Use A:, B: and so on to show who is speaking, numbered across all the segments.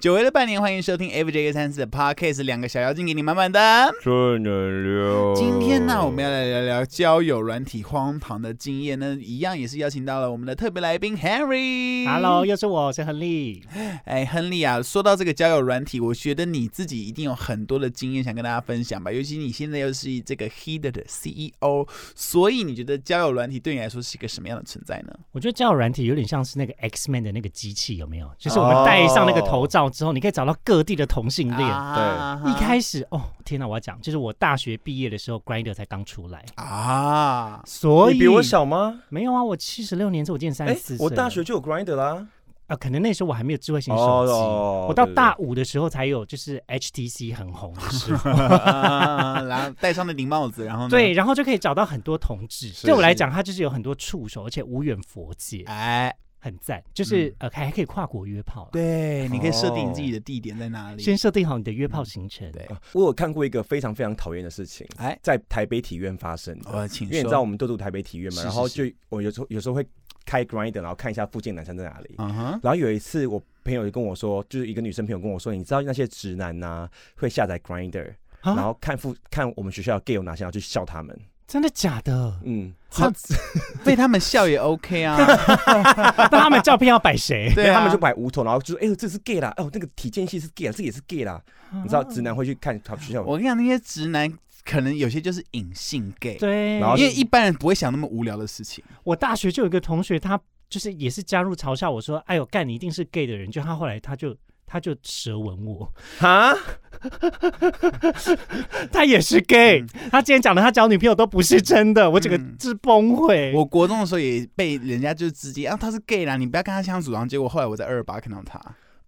A: 久违的半年，欢迎收听 FJ 三四的 Podcast，两个小妖精给你满满的。
B: 正能量。
A: 今天呢，我们要来聊聊交友软体荒唐的经验呢，一样也是邀请到了我们的特别来宾 Henry。
C: Hello，又是我，我是亨利。
A: 哎，亨利啊，说到这个交友软体，我觉得你自己一定有很多的经验想跟大家分享吧。尤其你现在又是这个 Heater 的 CEO，所以你觉得交友软体对你来说是一个什么样的存在呢？
C: 我觉得交友软体有点像是那个 X Man 的那个机器，有没有？就是我们戴上那个头罩之后，你可以找到各地的同性恋。
A: 啊
C: 一开始哦，天哪！我要讲，就是我大学毕业的时候，Grinder 才刚出来，
A: 啊，
C: 所以
B: 你比我小吗？
C: 没有啊，我七十六年，这我今年三
B: 哎
C: 十四，岁了。
B: 我大学就有 Grinder 啦。
C: 啊，可能那时候我还没有智慧型手机，
B: 哦
C: 我到大五的时候才有，就是 HTC 很红的时候。
A: 啊然后戴上那顶帽子，然后呢？
C: 对，，然后就可以找到很多同志。
B: 是
C: 对我来
B: 是
C: 讲，它就是有很多触手，而且无远佛界，
A: 哎，
C: 很赞。就是、
A: 嗯
C: 呃，还还可以跨国约炮啦。
A: 对，你可以设定你自
B: 哦
A: 己的地点在哪里。
C: 先设定好你的约炮行程。
A: 对
B: 对对对，啊我有看过一个非常非常讨厌的事情，
A: 哎，
B: 在台北体院发生的。
A: 我哦请
B: 因
A: 说。
B: 为你知道我们都读台北体院嘛，
A: 是
B: 然后
A: 是
B: 就我有时候有时候会开 Grinder，然后看一下附近男生在哪里。
A: 嗯哼，
B: 然后有一次，我朋友就跟我说，就是一个女生朋友跟我说，你知道那些直男呐、会下载 Grinder，
C: 啊
B: 然后看附看我们学校的 gay 有哪些，然后去笑他们。？
C: 真的假的
B: 嗯，
A: 好被他们笑也 OK 啊，
C: 那他们照片要摆 谁？
A: 对
B: 他们
A: 啊
B: 就，摆无头，然后就说：“哎呦，这是 gay 啦！哦，那个体健系是 gay 啦，这也是 gay 啦。”你知道直男会去看他学校，
A: 我跟你讲，那些直男可能有些就是隐性 gay，
C: 对，
B: 然后
A: 因为一般人不会想那么无聊的事情。
C: 我大学就有一个同学，他就是也是加入嘲笑我说：“哎呦，干你一定是 gay 的人。”就他后来他就。他就舌吻 我，
B: 哈，
C: 他也是
B: 哎
C: gay、
A: 嗯
C: 他今天讲的他交女朋友都不是真的，我整个
A: 嗯
C: 是崩溃。
A: 我国中的时候也被人家就直接啊，他是 gay 啦，你不要跟他相处。然后结果后来我在二八看到他，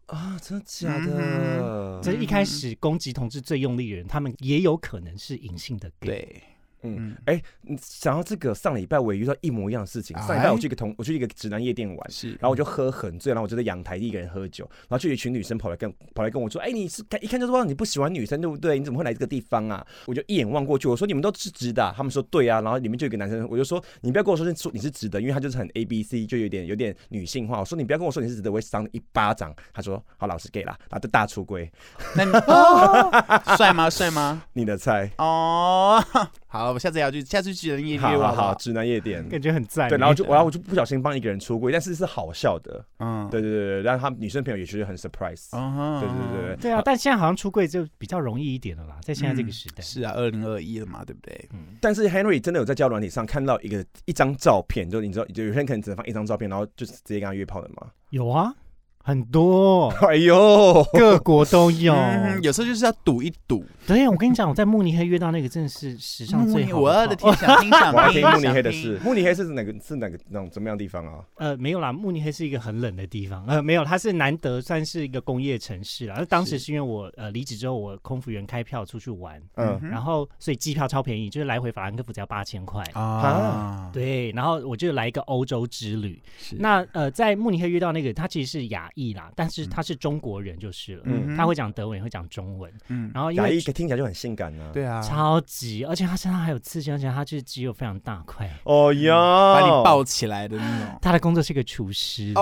B: 啊，真的假
A: 嗯
B: 的？
C: 这一开始攻击同志最用力的人，他们也有可能是隐性的 gay。
A: 对，
B: 嗯，
A: 嗯，
B: 哎、嗯想到这个，上礼拜我也遇到一模一样的事情。上礼
A: 哎
B: 拜我去一个同，我去一个直男夜店玩，
A: 是，
B: 哎然后我就喝很醉，然后我就在阳台一个人喝酒，然后就有一群女生跑来跟跑来跟我说：“哎、你是看一看就知道你不喜欢女生，对不对？你怎么会来这个地方啊？”我就一眼望过去，我说：“你们都是直的啊、他们说：“对啊。”然后里面就有一个男生，我就说：“你不要跟我说是说你是直的，因为他就是很 A B C，就有点有点女性化。”我说：“你不要跟我说你是直的，我会扇你一巴掌。”他说：“好，老师给啦。”然后就大出柜，
A: 那你 哦 帅吗？帅吗？
B: 你的菜，
A: 哦， 好，我下次也要去，下次去人夜约
B: 好
A: 我
B: 好
A: 好不
B: 好，
A: 好？
B: 直男夜店。
C: 感觉很赞。
B: 对，然后就，然后我就不小心帮一个人出柜，但是是好笑的。
A: 嗯，
B: 对对对对，让他们女生朋友也觉得很 surprise。
A: 哦，
B: 对对对对，
C: 对啊，但现在好像出柜就比较容易一点了啦，在现在这个
A: 嗯
C: 时代。
A: 是啊，二零二一了嘛，对不对？
C: 嗯，
B: 但是 Henry 真的有在交友软体上看到一个一张照片，就你知道，就有些人可能只能放一张照片，然后就是直接跟他约炮的嘛。
C: 有啊，很多
B: 哎呦，
C: 各国都 有。
A: 嗯有时候就是要赌一赌。
C: 对，啊我跟你讲，我在慕尼黑遇到那个真的是史上
A: 慕
C: 最
A: 尼，
C: 好。
A: 我的！天，想听想
B: 我要
A: 听
B: 听
A: 想
B: 慕尼黑的事。慕尼黑是哪个是哪个那种怎么样的地方啊？
C: 呃，没有啦，慕尼黑是一个很冷的地方。呃，没有，它是难得算是一个工业城市啦。那当时
A: 是
C: 是因为我呃离职之后，我空服员开票出去玩，
A: 嗯
B: 嗯，
A: 哼，
C: 然后所以机票超便宜，就是来回法兰克福只要八千块。
A: 啊，
C: 对，然后我就来一个欧洲之旅。
A: 是
C: 那呃，在慕尼黑遇到那个他其实是亚裔啦，但是他是中国人就是了。
B: 嗯
A: 嗯
C: 他会讲德文，也会讲中文。
A: 嗯，
C: 然后因
B: 雅
C: 为
B: 一听起来就很性感啊。，
A: 对啊，
C: 超级，而且他身上还有刺青，而且他就是肌肉非常大块。
B: 哦呀，
A: 嗯把你抱起来的那种。哦
C: 他的工作是个厨师，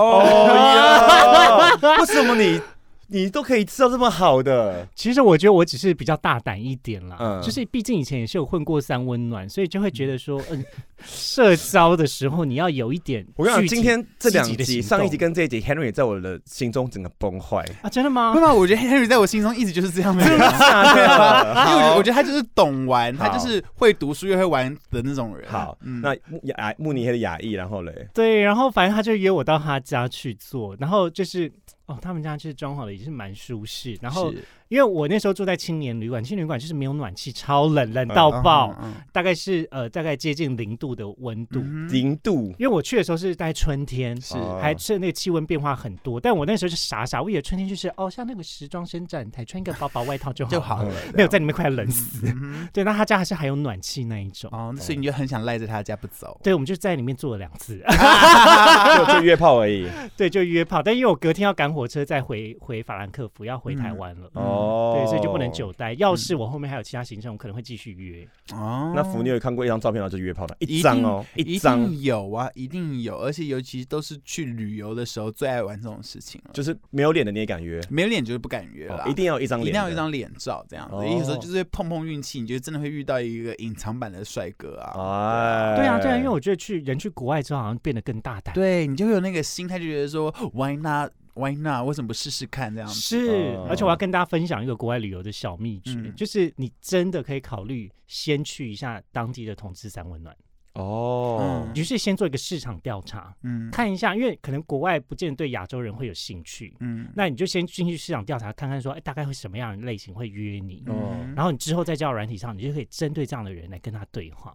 B: 哦呀，为什么你你都可以吃到这么好的？
C: 其实我觉得我只是比较大胆一点啦，
B: 嗯
C: 就是毕竟以前也是有混过三温暖，所以就会觉得说，嗯，社交的时候你要有一点具体。
B: 我跟你讲，今天这两
C: 具体的
B: 集，
C: 行动
B: 上一集跟这一集，Henry 在我的心中整个崩 坏。
C: 啊，真的吗
A: 没？有，我觉得 Henry 在我心中一直就是这样的人啊， 因为我觉得我觉得他就是懂玩，他就是会读书又会玩的那种人。
B: 好，
A: 嗯
B: 那慕雅慕尼黑的雅裔，然后嘞，
C: 对，然后反正他就约我到他家去做，然后就是哦，他们家就是装好了也是蛮舒适，然后
A: 是
C: 因为我那时候住在青年旅馆，青年旅馆就是没有暖气，超冷，冷到爆，
A: 嗯嗯
C: 大概是呃大概接近零度的温度，
A: 嗯哼
B: 零度
C: 因为我去的时候是在春天，
A: 是
B: 哦
C: 还是那个气温变化很多，但我那时候就傻傻，我以为春天就是哦，像那个时装伸展台，穿一个薄薄外套就好，
A: 就好了，
C: 没有在里面快冷死。
A: 嗯
C: 对，那他家还是还有暖气那一种。
A: 哦，所以你就很想赖在他家不走。
C: 对，我们就在里面做了两次，
B: 就就约炮而已。
C: 对，就约炮。但因为我隔天要赶班火车再回回法兰克福，要回台湾了。
A: 嗯
B: 哦，
C: 对，所以就不能。久待。要是我后面还有其他行程，我可能会继续约。
A: 哦，
B: 那福妞有看过一张照片，然后就是约炮的，
A: 定
B: 一张哦，
A: 一
B: 张
A: 定有啊，一定有，而且尤其都是去旅游的时候最爱玩这种事情了，
B: 就是没有脸的你也敢约，
A: 没有脸就是不敢约了、
B: 哦一定要有一张
A: 一
B: 脸，
A: 定要有一。张脸照这样子，
B: 哦
A: 有时候就是会碰碰运气，你就真的会遇到一个隐藏版的帅哥啊，
B: 哎，
C: 对啊，对啊，因为我觉得去人去国外之后，好像变得更大胆。
A: 对你就会有那个心态，就觉得说 Why not Why not 为什么不试试看这样子？
C: 是
B: 哦，
C: 而且我要跟大家分享一个国外旅游的小秘诀，
A: 嗯
C: 就是你真的可以考虑先去一下当地的同志三温暖，
B: 哦
A: 嗯，
C: 于是先做一个市场调查，
A: 嗯
C: 看一下，因为可能国外不见得对亚洲人会有兴趣，
A: 嗯
C: 那你就先进去市场调查看看说，哎，大概会什么样的类型会约你，
B: 哦
A: 嗯
C: 然后你之后在交友软体上，你就可以针对这样的人来跟他对话，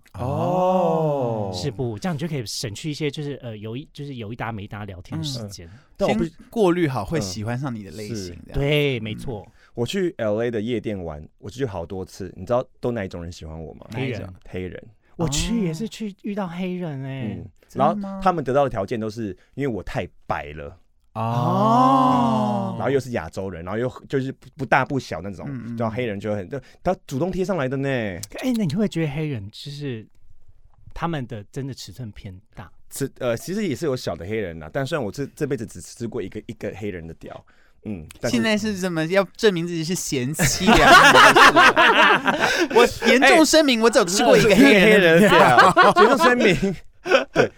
B: 哦
C: 是不？这样你就可以省去一些就是呃有一就是有一搭没一搭聊天的时
B: 嗯
C: 间。
B: 但我不
A: 先过滤好会
B: 嗯
A: 喜欢上你的类
B: 是
A: 型，这样
C: 对，没错，
A: 嗯
B: 我去 L A 的夜店玩，我去好多次，你知道都哪一种人喜欢我吗？
A: 哪
C: 黑
A: 一
C: 人
A: 种
B: 黑人，
C: 我去
A: 哦
C: 也是去遇到黑人哎、
B: 嗯，
A: 真的
B: 然
A: 吗
B: 后他们得到的条件都是因为我太白了，
A: 哦，
B: 然后又是亚洲人，然后又就是不不大不小那种
A: 嗯嗯，
B: 然后黑人就会很，就他主动贴上来的呢，
C: 哎、那你会不会觉得黑人就是他们的真的尺寸偏大？
B: 吃呃，其实也是有小的黑人啦，啊但虽然我这这辈子只吃过一个一个黑人的屌，嗯，但是
A: 现在是怎么要证明自己是贤妻啊？ 我严重声明，我只有吃过一个哎黑
B: 黑
A: 人的
B: 人 的屌，绝对声明。对，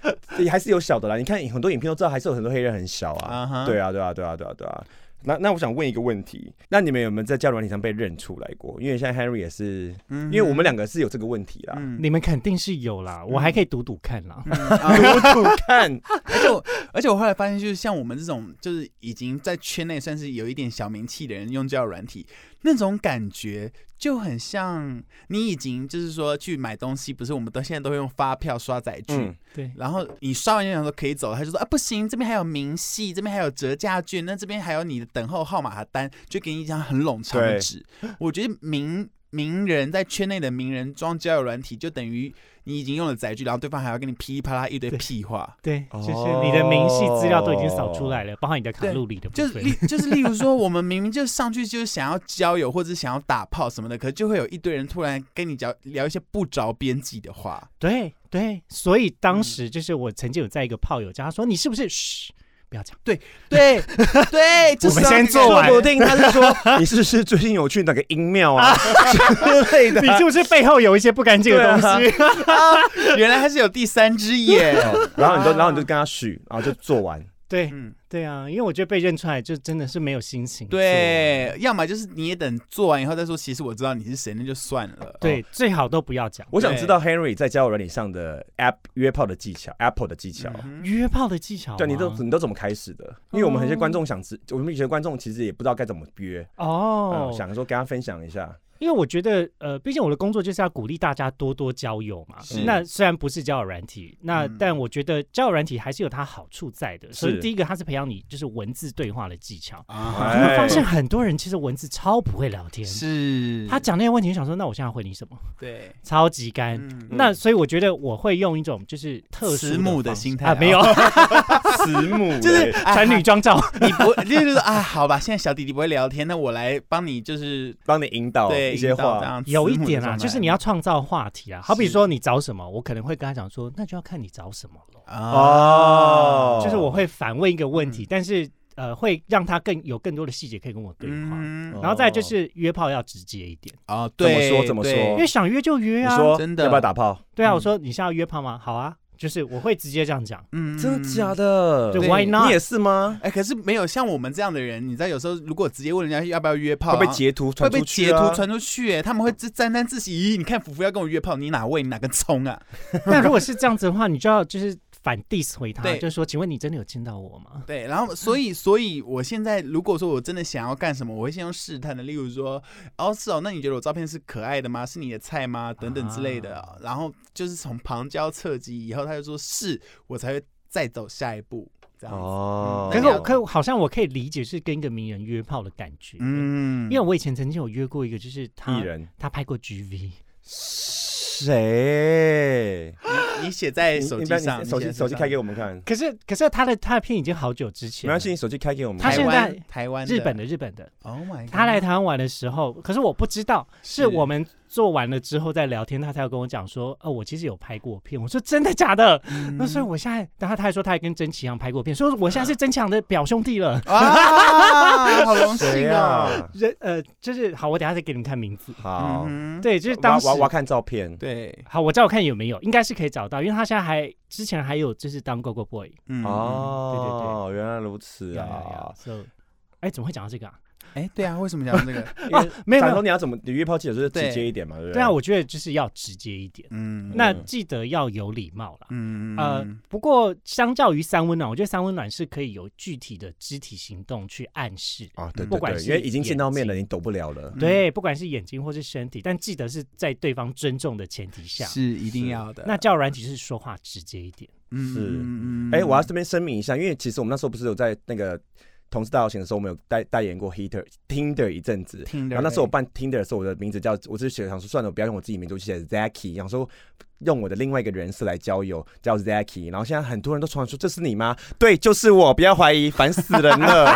B: 也还是有小的啦。你看很多影片都知道，还是有很多黑人很小啊。
A: 啊哈
B: 对啊，对啊，对啊，对啊，对啊。那那我想问一个问题，那你们有没有在交友软体上被认出来过？因为现在 Henry 也是，
A: 嗯
B: 因为我们两个是有这个问题啦。
A: 嗯
C: 你们肯定是有啦，我还可以赌赌看啦。
A: 嗯啊
B: 我主看，
A: 而且我而且我后来发现，就是像我们这种，就是已经在圈内算是有一点小名气的人，用交友软体，那种感觉就很像你已经就是说去买东西，不是我们都现在都会用发票刷载具，
B: 嗯，
C: 对，
A: 然后你刷完就想说可以走了，他就说啊不行，这边还有明细，这边还有折价券，那这边还有你的等候号码单，就给你一张很冗长的
B: 对
A: 纸。我觉得名名人在圈内的名人装交友软体，就等于你已经用了载具，然后对方还要跟你噼里啪啦一堆
C: 对
A: 屁话。
C: 对，就是你的明细资料都已经扫出来了，包含你的卡
A: 哦对
C: 路里的部
A: 就是
C: 分。
A: 例 就是例如说，我们明明就上去就是想要交友或者想要打炮什么的，可就会有一堆人突然跟你聊聊一些不着边际的话。
C: 对对，所以当
A: 嗯
C: 时就是我曾经有在一个炮友家，他说你是不是嘘，不要讲，
A: 对 对，就是
C: 我们
A: 要
C: 先
A: 这个
C: 做 完
B: 说不定他是说你是不是最近有去哪个音庙啊之类的
C: 你。是不是背后有一些不干净的
A: 啊
C: 东西？
A: 原来还是有第三只眼。
B: 哦然后你就，然后你就跟他许，然后就做完。
C: 对
A: 嗯，
C: 对啊，因为我觉得被认出来就真的是没有心情。。
A: 对，要么就是你也等做完以后再说，其实我知道你是谁，那就算了。哦
C: 对，最好都不要讲。
B: 我想知道 Henry 在交友软体上的 App 约炮的技巧，Apple 的技巧。
A: 嗯哼
C: 约炮的技巧吗，
B: 对，你都你都怎么开始的？因为我们有些观众想知，我们有些观众其实也不知道该怎么约，
C: 哦
B: 嗯，想说跟他分享一下。
C: 因为我觉得，呃，毕竟我的工作就是要鼓励大家多多交友嘛
A: 是。
C: 那虽然不是交友软体，那、
A: 嗯
C: 但我觉得交友软体还是有它好处在的。首
B: 是
C: 先，第一个，它是培养你就是文字对话的技巧。
A: 啊，
C: 你会
B: 哎
C: 发现很多人其实文字超不会聊天，
A: 是
C: 他讲那些问题，你想说那我现在回你什么？
A: 对，
C: 超级干。
A: 嗯
C: 那所以我觉得我会用一种就是特殊
A: 慈母的
C: 的方式
A: 心态哦
C: 啊，没有
B: 慈母欸，
A: 就是
C: 穿女装 照，
A: 啊你不就是说啊，好吧，现在小弟弟不会聊天，那我来帮你，就是
B: 帮你引导
A: 对
B: 哦一些
A: 引导这
B: 话。
A: 样
C: 有一
A: 慈母的
C: 点
A: 状
C: 啊，
A: 态
C: 就是你要创造话题啊。好比
A: 是
C: 说你找什么，我可能会跟他讲说，那就要看你找什么了。
A: 啊
B: 哦
C: 就是我会反问一个问题，但是呃，会让他更有更多的细节可以跟我对话。
A: 嗯
B: 哦
C: 然后再来就是约炮要直接一点，
A: 哦，
B: 怎么
A: 对，
B: 说怎么
A: 对
B: 说
C: 因为想约就约
B: 你
C: 啊。
B: 说
A: 真的
B: 要不要打炮？
C: 对啊，
A: 嗯
C: 我说你现在要约炮吗？好啊，就是我会直接这样 讲。
A: 嗯
B: 真的假
A: 的？
B: 的？
C: 对
A: 对
C: ，Why
B: 你
C: not？
B: 也是吗？
A: 哎，可是没有像我们这样的人，你知道，有时候如果直接问人家要不要约炮，
B: 会被
A: 然后
B: 截图
A: 啊会
B: 传
A: 被
B: 出
A: 截
B: 去
A: 图
B: 啊？
A: 传出去，哎他们会自沾沾自喜。咦，你看福福要跟我约炮，你哪位？你哪根葱啊？
C: 那如果是这样子的话，你就要就是反 diss 回他，
A: 对
C: 就是说，请问你真的有见到我吗？
A: 对，然后所以所以，我现在如果说我真的想要干什么，我会先用试探的，例如说，哦是哦，那你觉得我照片是可爱的吗？是你的菜吗？等等之类的。
C: 啊
A: 然后就是从旁敲侧击，以后他就说是我才会再走下一步这样子。
B: 哦
A: 嗯
C: 可
A: 但
C: 是
A: 是
C: 我可好像我可以理解是跟一个名人约炮的感觉，
A: 嗯
C: 因为我以前曾经有约过一个，就是他
B: 艺人
C: 他拍过 GV，
B: 谁？
A: 你写在
B: 你
A: 手
B: 你
A: 机
B: 把你
A: 上，
B: 手机手机开给
A: 我。
B: 我们看。
C: 可是可是他的他的片已经好久之前
B: 没
C: 了，
B: 关系，你手机开给我们
C: 他
B: 看。
A: 台
C: 现
A: 湾
C: 在
A: 台湾
C: 日本
A: 的
C: 的日本的，
A: ，Oh my，God
C: 他来台湾玩的时候，可是我不知道，是我们做完了之后再聊天，他才有跟我讲说，哦，我其实有拍过片。我说真的假的？那
B: 嗯
C: 所以我现在，然后他还说他还跟曾启阳拍过片，所以我现在是曾启阳的表兄弟了。
A: 啊，好荣
B: 谁
A: 幸哦。
B: 啊？
C: 人呃，就是好，我等一下再给你们看名字。
B: 好，
A: 嗯哼，
C: 对，就是
B: 我要
C: 当时
B: 我要我要看照片。
A: 对，
C: 好，我找我看有没有，应该是可以找到，因为他现在还之前还有就是当 Go Go Boy
A: 嗯，
B: 哦，原来如此
C: 呀呀
B: 啊
C: 呀。！So，哎，怎么会讲到这个啊？
A: 哎，对啊，为什么讲 这个？
B: 因为
C: 没有
B: 哦反
C: 没有
B: 正，你要怎么？你约炮记得就是直接一点嘛，对不对？
C: 对啊，我觉得就是要直接一点，
A: 嗯，
C: 那记得要有礼貌啦。
A: 嗯
C: 呃不过，相较于三温暖，我觉得三温暖是可以有具体的肢体行动去暗示，
B: 啊，
A: 嗯
B: 对对
A: 不
C: 管
B: 对，
C: 是
B: 因为已经见到面了，
C: 眼
B: 你抖不了了。
A: 嗯
C: 对，不管是眼睛或是身体，但记得是在对方尊重的前提下。
A: 是一定要的。
C: 那叫软体就是说话直接一点，
A: 嗯嗯
B: 是
A: 嗯嗯
B: 哎，我要这边声明一下，因为其实我们那时候不是有在那个同事大游行的时候，我们有代代言过 Hitter Tinder 一阵子。
A: 听的。
B: 然啊后那时候我办 Tinder 的时候，我的名字叫，我只是写想说算了，我不要用我自己名字，我就写 Zacky，想说用我的另外一个人设来交友，叫 Zacky。然后现在很多人都传说这是你吗？对，就是我，不要怀疑，烦死人 了。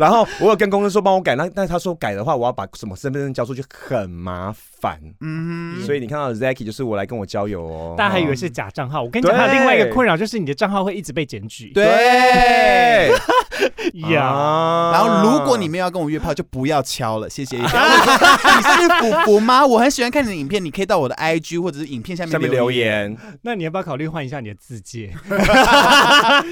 B: 然后我有跟公司说帮我改，那但是他说改的话，我要把什么身份证交出去，很麻烦。
A: 嗯哼，
B: 所以你看到 Zacky 就是我来跟我交友哦。
C: 大家还以为是假账号。我跟你讲，还有另外一个困扰就是你的账号会一直被检举。
A: 对。
C: 呀，
B: 啊
A: 然后，如果你们要跟我约炮，就不要敲了，谢 谢。不要问说你是福福吗？我很喜欢看你的影片，你可以到我的 IG 或者是影片下面
B: 下面留
A: 言。
B: 言，
C: 那你要不要考虑换一下你的字界？
B: 对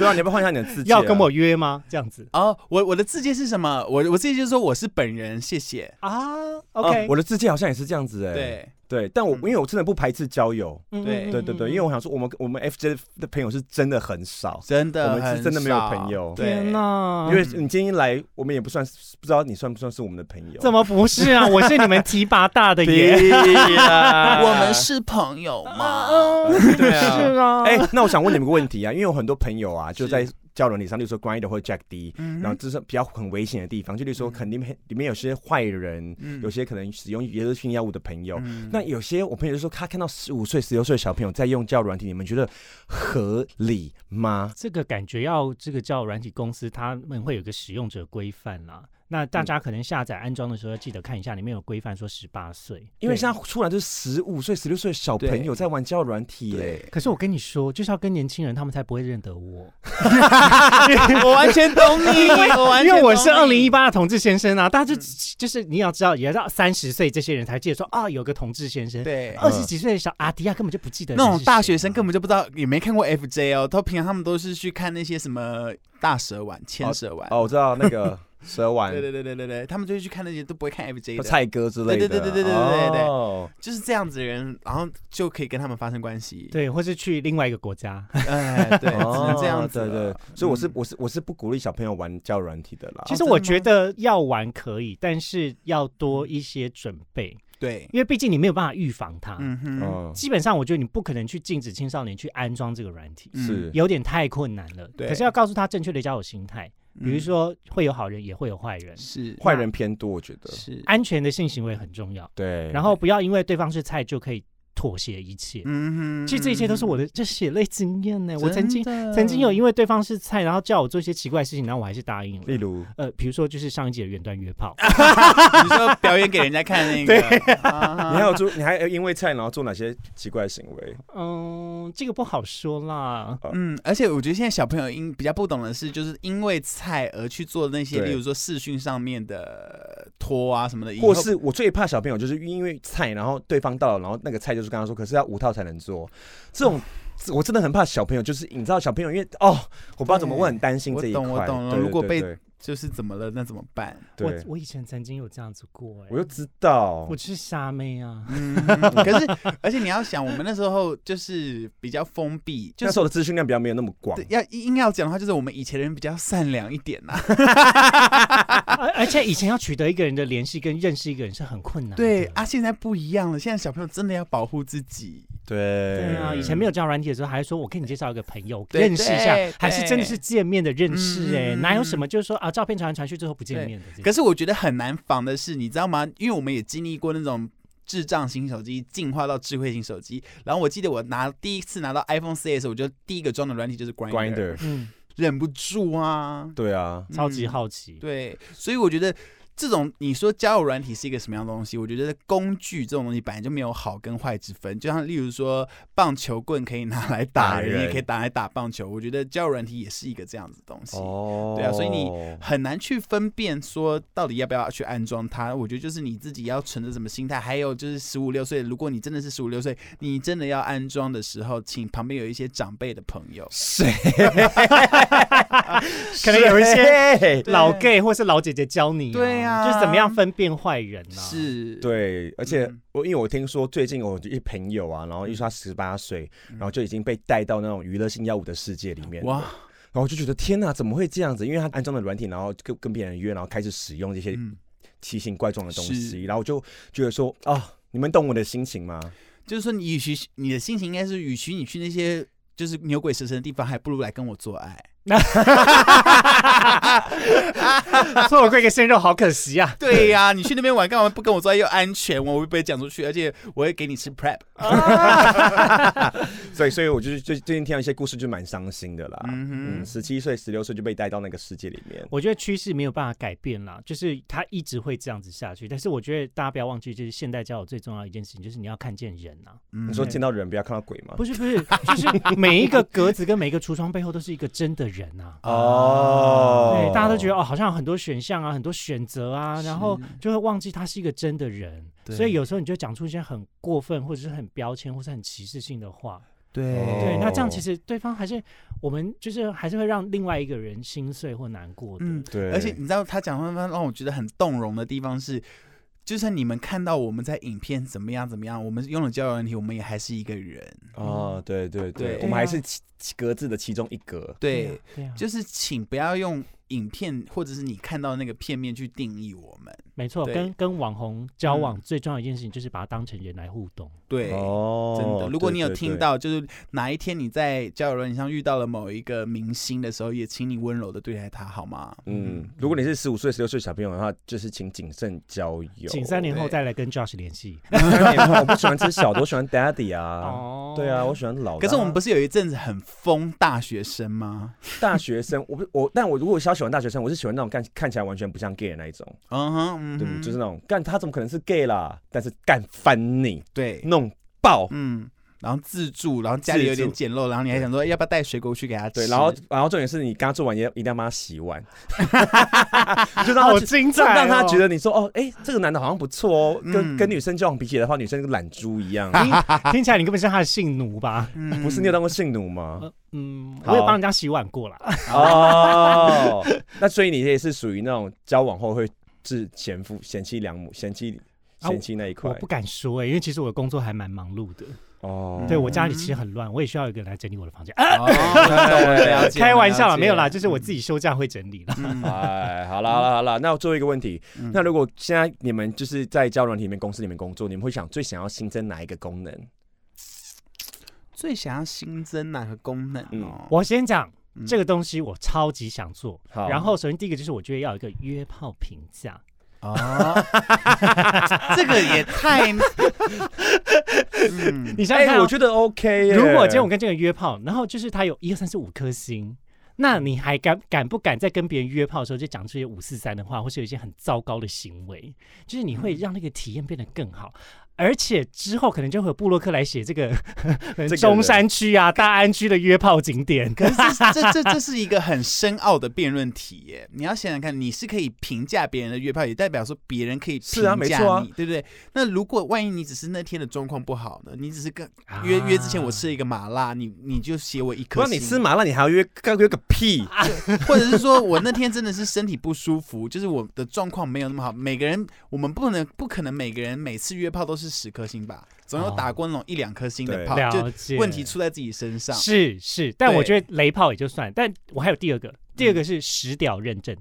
B: 啊，你要不要换一下你的字、啊？
C: 要跟我约吗？这样子
A: 哦，我我的字界是什么？我我字界就是说我是本人，谢谢。
C: 啊
B: 哦
C: ？OK，
B: 我的字界好像也是这样子哎、
A: 对
B: 对，但我因为我真的不排斥交友，
C: 嗯
A: 对
C: 嗯
B: 对对对，因为我想说我们我们 FJ 的朋友是真的很少，
A: 真的
B: 我们是真的没有朋友
A: 很少
C: 天
A: 对，
C: 哪
B: 因，为你今天来，我们也不算不知道你算不算是我们的朋友。
C: 怎么不是啊？我是你们提拔大的耶。
B: 对 呀
A: 我们是朋友吗？
C: 哦，
B: 对啊
C: 是啊，
B: 哎、那我想问你们个问题啊，因为有很多朋友啊，就在交友软体上，例如说关一的或 Jack D，、
A: 嗯
B: 然后这是比较很危险的地方，就例如说肯定里面有些坏人，
A: 嗯
B: 有些可能使用娱乐性药物的朋友。
A: 嗯
B: 那有些我朋友就说，他看到十五岁、十六岁的小朋友在用交友软体，你们觉得合理吗？
C: 这个感觉要这个叫软体公司，他们会有个使用者规范啦。那大
A: 嗯
C: 家可能下载安装的时候要记得看一下，里面有规范说十八岁。
B: 因为现在出来就是十五岁、十六岁的小朋友在玩交友软体耶、
A: 对，
C: 可是我跟你说，就是要跟年轻人，他们才不会认得 我，
A: 啊我完全懂 你，我完
C: 因
A: 全嗯
C: 为我是二
A: 懂
C: 零
A: 你
C: 一八的同志先生啊。大家就、就是你要知道，也要到三十岁这些人才记得说啊，有个同志先生。
A: 对。
C: 二十几岁的小阿迪啊亚根本就不记得
A: 呃那种大学生根
C: 本
A: 本就不知道，也没看过 FJ 哦。他平常他们都是去看那些什么大蛇丸、千蛇丸。
B: 哦，我知道那 个蛇丸
A: 对、对对对对对，他们就会去看那些都不会看 FJ
B: 和
A: 的，
B: 菜哥之类的，
A: 对对对对对对对对
B: 哦
A: 就是这样子的人，然后就可以跟他们发生关系。，
C: 对，或是去另外一个国家。
A: 哎，对，只能这
C: 哦
A: 样子
B: 对
A: 了。
B: 哦对，所以我是
A: 嗯
B: 我是我是不鼓励小朋友玩交友软体的啦。
C: 其
A: 哦
C: 实
A: 真
C: 我
A: 的
C: 觉
A: 吗
C: 得要玩可以，但是要多一些准备，
A: 对，
C: 因为毕竟你没有办法预防它。
A: 嗯哼，
B: 嗯，
C: 基本上，我觉得你不可能去禁止青少年去安装这个软体，
A: 嗯
B: 是
C: 有点太困难了。
A: 对
C: 可是要告诉他正确的交友心态，比如
A: 嗯
C: 说会有好人，也会有坏人，
A: 是
B: 坏人偏多，我觉得。
A: 是，
C: 安全的哎性行为很重要。
B: 对，
C: 然后不要因为对方是菜就可以妥协一切。
A: 嗯哼，
C: 其实这一切都是我的这血泪经验呢。我曾经
A: 真的
C: 曾经有因为对方是菜，然后叫我做一些奇怪的事情，然后我还是答应了。
B: 例如，
C: 呃，比如说就是上一集的远端约炮，
A: 啊 你说表演给人家看那个，
B: 你
A: 啊
B: 还有做，你还因为菜然后做哪些奇怪的行为？
C: 嗯，这个不好说啦。
A: 嗯，而且我觉得现在小朋友因比较不懂的是，就是因为菜而去做那些，
B: 对
A: 例如说视讯上面的拖啊什么的，以后
B: 或是我最怕小朋友就是因为菜，然后对方到了，然后那个菜就是跟他说，可是要五套才能做，这种。我真的很怕小朋友，就是你知道小朋友，因为哦，我不知道怎么，
A: 对
B: 我很担心这一块。
A: 我懂我懂了
B: 对对
A: 如果
B: 对
A: 被
B: 对
A: 就是怎么了，那怎么办？
C: 我
B: 对，
C: 我以前曾经有这样子过、欸，
B: 我就知道
C: 我，就是傻妹啊。
A: 哦嗯，可是而且你要想，我们那时候就是比较封闭，就
B: 那时
A: 是
B: 候的资讯量比较没有那么广
A: 对。要硬要讲的话，就是我们以前人比较善良一点呐、啊。
C: 而而且以前要取得一个人的联系跟认识一个人是很困难的。
A: 对啊，现在不一样了，现在小朋友真的要保护自己。
B: 对
C: 对啊，以前没有交友软体的时候，还说我给你介绍一个朋友
A: 对
C: 认识一下
A: 对，
C: 还是真的是见面的认识哎、
A: 嗯
C: 哪有什么就是说啊，照片传来传去最后不见面的这种。
A: 可是我觉得很难防的是，你知道吗？因为我们也经历过那种。智障型手机进化到智慧型手机。然后我记得我拿第一次拿到 iPhone 4S 的时候，我就第一个装的软体就是 Grinder，
B: Grinder，
C: 嗯，
A: 忍不住啊，
B: 对啊，
C: 超级
A: 嗯
C: 好奇，
A: 对，所以我觉得这种你说交友软体是一个什么样的东西？我觉得工具这种东西本来就没有好跟坏之分。就像例如说棒球棍可以拿来打
B: 打
A: 人，也
B: 人
A: 可以打来打棒球。我觉得交友软体也是一个这样子的东西。
B: 哦
A: 对啊所以你很难去分辨说到底要不要去安装它，我觉得就是你自己要存着什么心态，还有就是十五六岁，如果你真的是十五六岁，你真的要安装的时候，请旁边有一些长辈的朋友，
B: 谁？
C: 可能有一
B: 些
C: 老 gay 或是老姐姐教你、
A: 对啊
C: 就是怎么样分辨坏人呢、啊？，
A: 是，
B: 对，而且
A: 嗯
B: 我因为我听说最近我一朋友啊，然后一
C: 嗯
B: 说他十八岁，然后就已经被带到那种娱乐性药物的世界里面，
A: 哇，
B: 然后我就觉得天哪，怎么会这样子？因为他安装了软体，然后跟跟别人约，然后开始使用这些
A: 嗯，
B: 奇形怪状的东
A: 是
B: 西，然后我就觉得说啊，你们懂我的心情吗？
A: 就是说你，与其你的心情应该是，与其你去那些就是牛鬼蛇神的地方，还不如来跟我做爱。
C: 错过一个鲜肉好可惜啊！
A: 对 呀、你去那边玩干嘛？不跟我做爱又安全，我会被讲出去，而且我会给你吃 prep。
B: 所以，所以我就是最最近听到一些故事，就蛮伤心的啦。
A: 嗯
B: 嗯，
A: 哼，
B: 十七岁、十六岁就被带到那个世界里面。
C: 我觉得趋势没有办法改变啦，就是它一直会这样子下去。但是我觉得大家不要忘记，就是现代交友最重要的一件事情，就是你要看见人啊，
A: 嗯
B: 你说
C: 嗯
B: 见到人不要看到鬼吗？
A: 啊
C: 不是不是，就是每一个格子跟每一个橱窗背后都是一个真的人 啊。
B: 哦，
C: 对，大家都觉得哦，好像有很多选项啊，很多选择啊，然后
A: 是
C: 就会忘记他是一个真的人，
A: 对
C: 所以有时候你就讲出一些很过分或者是很标签或是很歧视性的话。
A: 对
B: 哦
C: 对，那这样其实对方还是我们就是还是会让另外一个人心碎或难过的。
A: 嗯，
B: 对，
A: 而且你知道他讲话让我觉得很动容的地方是，就算你们看到我们在影片怎么样怎么样，我们用了交友软体，我们也还是一个人。
B: 哦，对对
A: 嗯对啊
B: 对，我们还是其其格子的其中一格。
C: 对
A: 对
C: 啊，，对啊，
A: 就是请不要用影片或者是你看到那个片面去定义我们。
C: 没错，
A: 对
C: 跟跟网红交往
A: 嗯
C: 最重要的一件事情就是把他当成人来互动。
A: 对，
B: 哦，
A: 真的，如果你有
B: 对
A: 听，到，就是哪一天你在交友软件上遇到了某一个明星的时候，也请你温柔的对待他，好吗？
B: 对嗯，如果你是十五岁、十六岁小朋友的话，就是请谨慎交友。
C: 请三年后
A: 对
C: 再来跟 Josh 联系。
B: 三年后，我不喜欢吃小的，我喜欢 daddy 啊。
C: 哦
B: 对 啊，我喜欢老的啊。
A: 可是我们不是有一阵子很疯大学生吗？
B: 大学生，我不我，但我如果想要喜欢大学生，我是喜欢那种看看起来完全不像 gay 的那一种，
A: 嗯哼，嗯
B: 对，
A: 哼，
B: 就是那种干他怎么可能是 gay 啦？但是干翻你，
A: 对，
B: 弄爆，
A: 嗯，然后自助，然后家里有点
B: 自助
A: 简陋，然后你还想说要不要带水果去给他吃？
B: 对，然后然后重点是你刚做完也一定要帮他 洗碗，就
A: 哦
B: 让
C: 好
B: 他觉
C: 精
B: 就
C: 彩、
B: 让他觉。得你说哦，哎，这个男的好像不错哦，
A: 嗯
B: 跟跟女生交往比起来的话，女生跟懒猪一样。
C: 听听起来你根本是他的性奴吧？
A: 嗯
B: 不是你有当过性奴吗？
C: 呃嗯，
B: 好
C: 我也帮人家洗碗过啦。
B: 哦， 那所以你也是属于那种交往后会置前夫、贤妻良母、贤妻
C: 啊
B: 贤妻那一块
C: 我不敢说哎、因为其实我的工作还蛮忙碌的，
B: 哦。
C: 对我家里其实很乱，我也需要一个人来整理我的房间。啊、
A: 哦 我懂我了解
C: 开玩笑
A: 了
C: 啦，
A: 解
C: 没有啦，就是我自己
A: 嗯
C: 休假会整理啦。
A: 嗯
B: 哎，好啦好啦好啦，那我最后一个问题，
A: 嗯
B: 那如果现在你们就是在交友软体里面公司里面工作，你们会想最想要新增哪一个功能？
A: 最想要新增哪个功能哦？
C: 我先讲
A: 嗯
C: 这个东西，我超级想做。
B: 好
C: 然后首先第一个就是我觉得要有一个约炮评价，
A: 哦， 这个也太……嗯
C: 你想
B: 哎，
C: 想看哦、
B: 我觉得 OK 耶。
C: 如果今天我跟这个人约炮，然后就是他有一二三四五颗星，那你还敢敢不敢在跟别人约炮的时候就讲出一些五四三的话，或是有一些很糟糕的行为？ 就是你会让那个体验变得更好。而且之后可能就会有布洛克来写这个
B: 个人
C: 中山区啊、大安区的约炮景点，
A: 可是这这这这是一个很深奥的辩论题耶！你要想想看，你是可以评价别人的约炮，也代表说别人可以评
B: 是
A: 价
B: 啊
A: 你，
B: 没错啊
A: 对不对？那如果万一你只是那天的状况不好呢？你只是跟约、约之前我吃了一个麻辣，你你就写我一
B: 啊不
A: 颗
B: 然
A: 星，
B: 你吃麻辣，你还要约干约个屁？
A: 或者是说我那天真的是身体不舒服，就是我的状况没有那么好。每个人我们不能不可能每个人每次约炮都是十颗星吧，总有
C: 哦
A: 打过那种一两颗星的
B: 对
A: 炮，
C: 了
A: 啊就
C: 解
A: 问题出在自己身上。
C: 是是，但
A: 对
C: 我觉得雷炮也就算，但我还有第二个，第二个是实屌认证，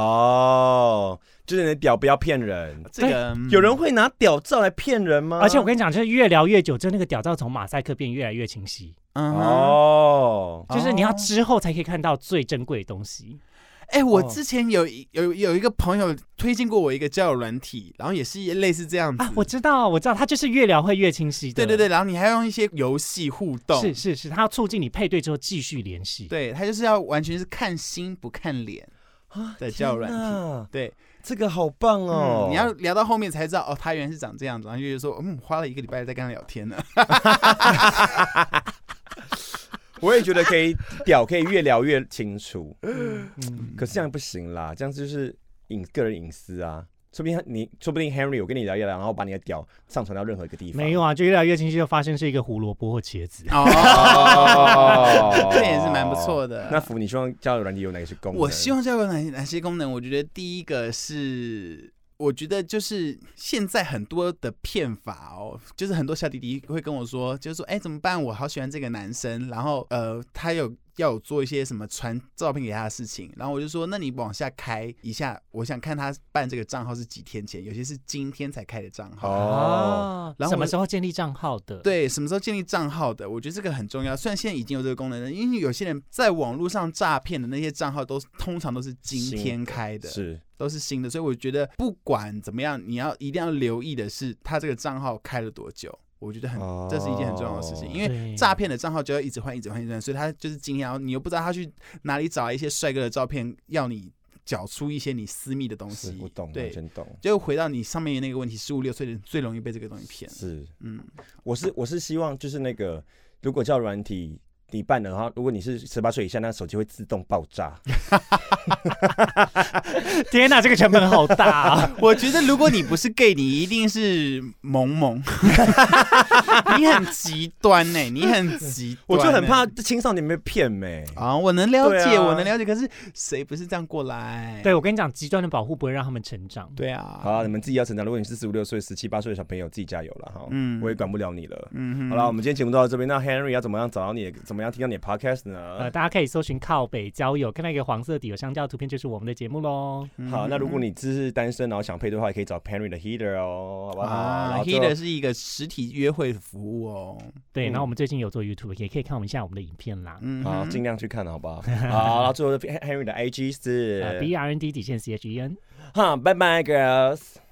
B: 哦，就是你的屌不要骗人。
A: 这
C: 哎
A: 个嗯
B: 有人会拿屌照来骗人吗？
C: 而且我跟你讲，就是越聊越久，就那个屌照从马赛克变越来越清晰。
A: 嗯哼
B: 哦，
C: 就是你要
A: 哦
C: 之后才可以看到最珍贵的东西。
A: 哎、我
B: 哦
A: 之前有一有有一个朋友推荐过我一个交友软体，然后也是类似这样子。
C: 啊，我知道，我知道，它就是越聊会越清晰
A: 嗯
C: 的。
A: 对对对，然后你还要用一些游戏互动，
C: 是是是，它要促进你配对之后继续联系。
A: 对他就是要完全是看心不看脸。
B: 啊
A: 的交友软体
B: 体，
A: 对，
B: 哦这个好棒哦！
A: 嗯，你要聊到后面才知道哦，他原来是长这样子，然后就觉得说，嗯，花了一个礼拜在跟他聊天呢。
B: 我也觉得可以屌，可以越聊越清楚。
C: 嗯，
B: 可是这样不行啦，这样就是隐个人隐私啊。说不定你，说不定 Henry，我跟你聊一聊，然后把你的屌上传到任何一个地方。
C: 没有啊，就越来越清晰，就发现是一个胡萝卜或茄子。
B: 哦
A: 这也是蛮不错的
B: 那福，你希望交友软体有哪些功能？
A: 我希望交友哪哪些功能？我觉得第一个是。我觉得就是现在很多的骗法哦，就是很多小弟弟会跟我说，就是说，哎，怎么办？我好喜欢这个男生，然后呃，他有要我做一些什么传照片给他的事情，然后我就说，那你往下开一下，我想看他办这个账号是几天前，有些是今天才开的账号，
B: 哦，
A: 然后
C: 什
A: 我
C: 么
A: 就
C: 时候建立账号的？，
A: 对，什么时候建立账号的？我觉得这个很重要。虽然现在已经有这个功能了，因为有些人在网络上诈骗的那些账号都是通常都是今
B: 新
A: 天开的，
B: 是
A: 都是新的，所以我觉得不管怎么样，你要一定要留意的是他这个账号开了多久。我觉得很，这是一件很重要的事情，因为。
C: 为
A: 诈骗的账号就要一直换，一直换，一直换，所以他就是今天，然后你又不知道他去哪里找一些帅哥的照片，要你缴出一些你私密的东
B: 是
A: 西。
B: 我懂，
A: 对
B: 我，真懂。
A: 就回到你上面那个问题，十五六岁的人最容易被这个东西 骗。
B: 是，
A: 嗯，
B: 我是我是希望就是那个，如果叫软体你办的话，如果你是十八岁以下，那手机会自动爆 炸。
C: 天哪，这个成本好大、 啊，
A: 我觉得如果你不是 gay，你一定是萌萌， 你很极端呢、你很极 端欸、
B: 我就很怕青少年被骗没。
A: 啊、我能了
B: 对
A: 解，
B: 啊
A: 我能了解，可是谁不是这样过来？
C: 对我跟你讲，极端的保护不会让他们成长。
A: 对啊，
B: 好啦，你们自己要成长。如果你是十五六岁、十七八岁的小朋友，自己加油了哈。
A: 嗯
B: 我也管不了你了。
A: 嗯哼
B: 好了，我，们今天节目就到这边。那 Henry 要怎么样找到你？怎么样听到你的 podcast
C: 呃，
A: 啊
B: 呢？
C: 大家可以搜寻靠北交友，看到一个黄色底有香蕉的图片，就是我们的节目喽。
A: 嗯
B: 好，那如果
A: 你
B: 你只是单身，然后想配对的话，也可以找 Henry 的 Heater 哦，好不好？然
A: 啊
B: 后最后
A: ，Heater 是一个实体约会的服务哦。
C: 对，
B: 嗯
C: 然后我们最近有做 YouTube，也可以看我们一下我们的影片啦。
A: 嗯
B: 好，
A: 哼
B: 尽量去看好不好？好，然后最后 Henry 的 IG
C: 呃
A: 啊
B: 是
C: ，B R N D 底线 C H E N。
B: 哈，拜拜，girls。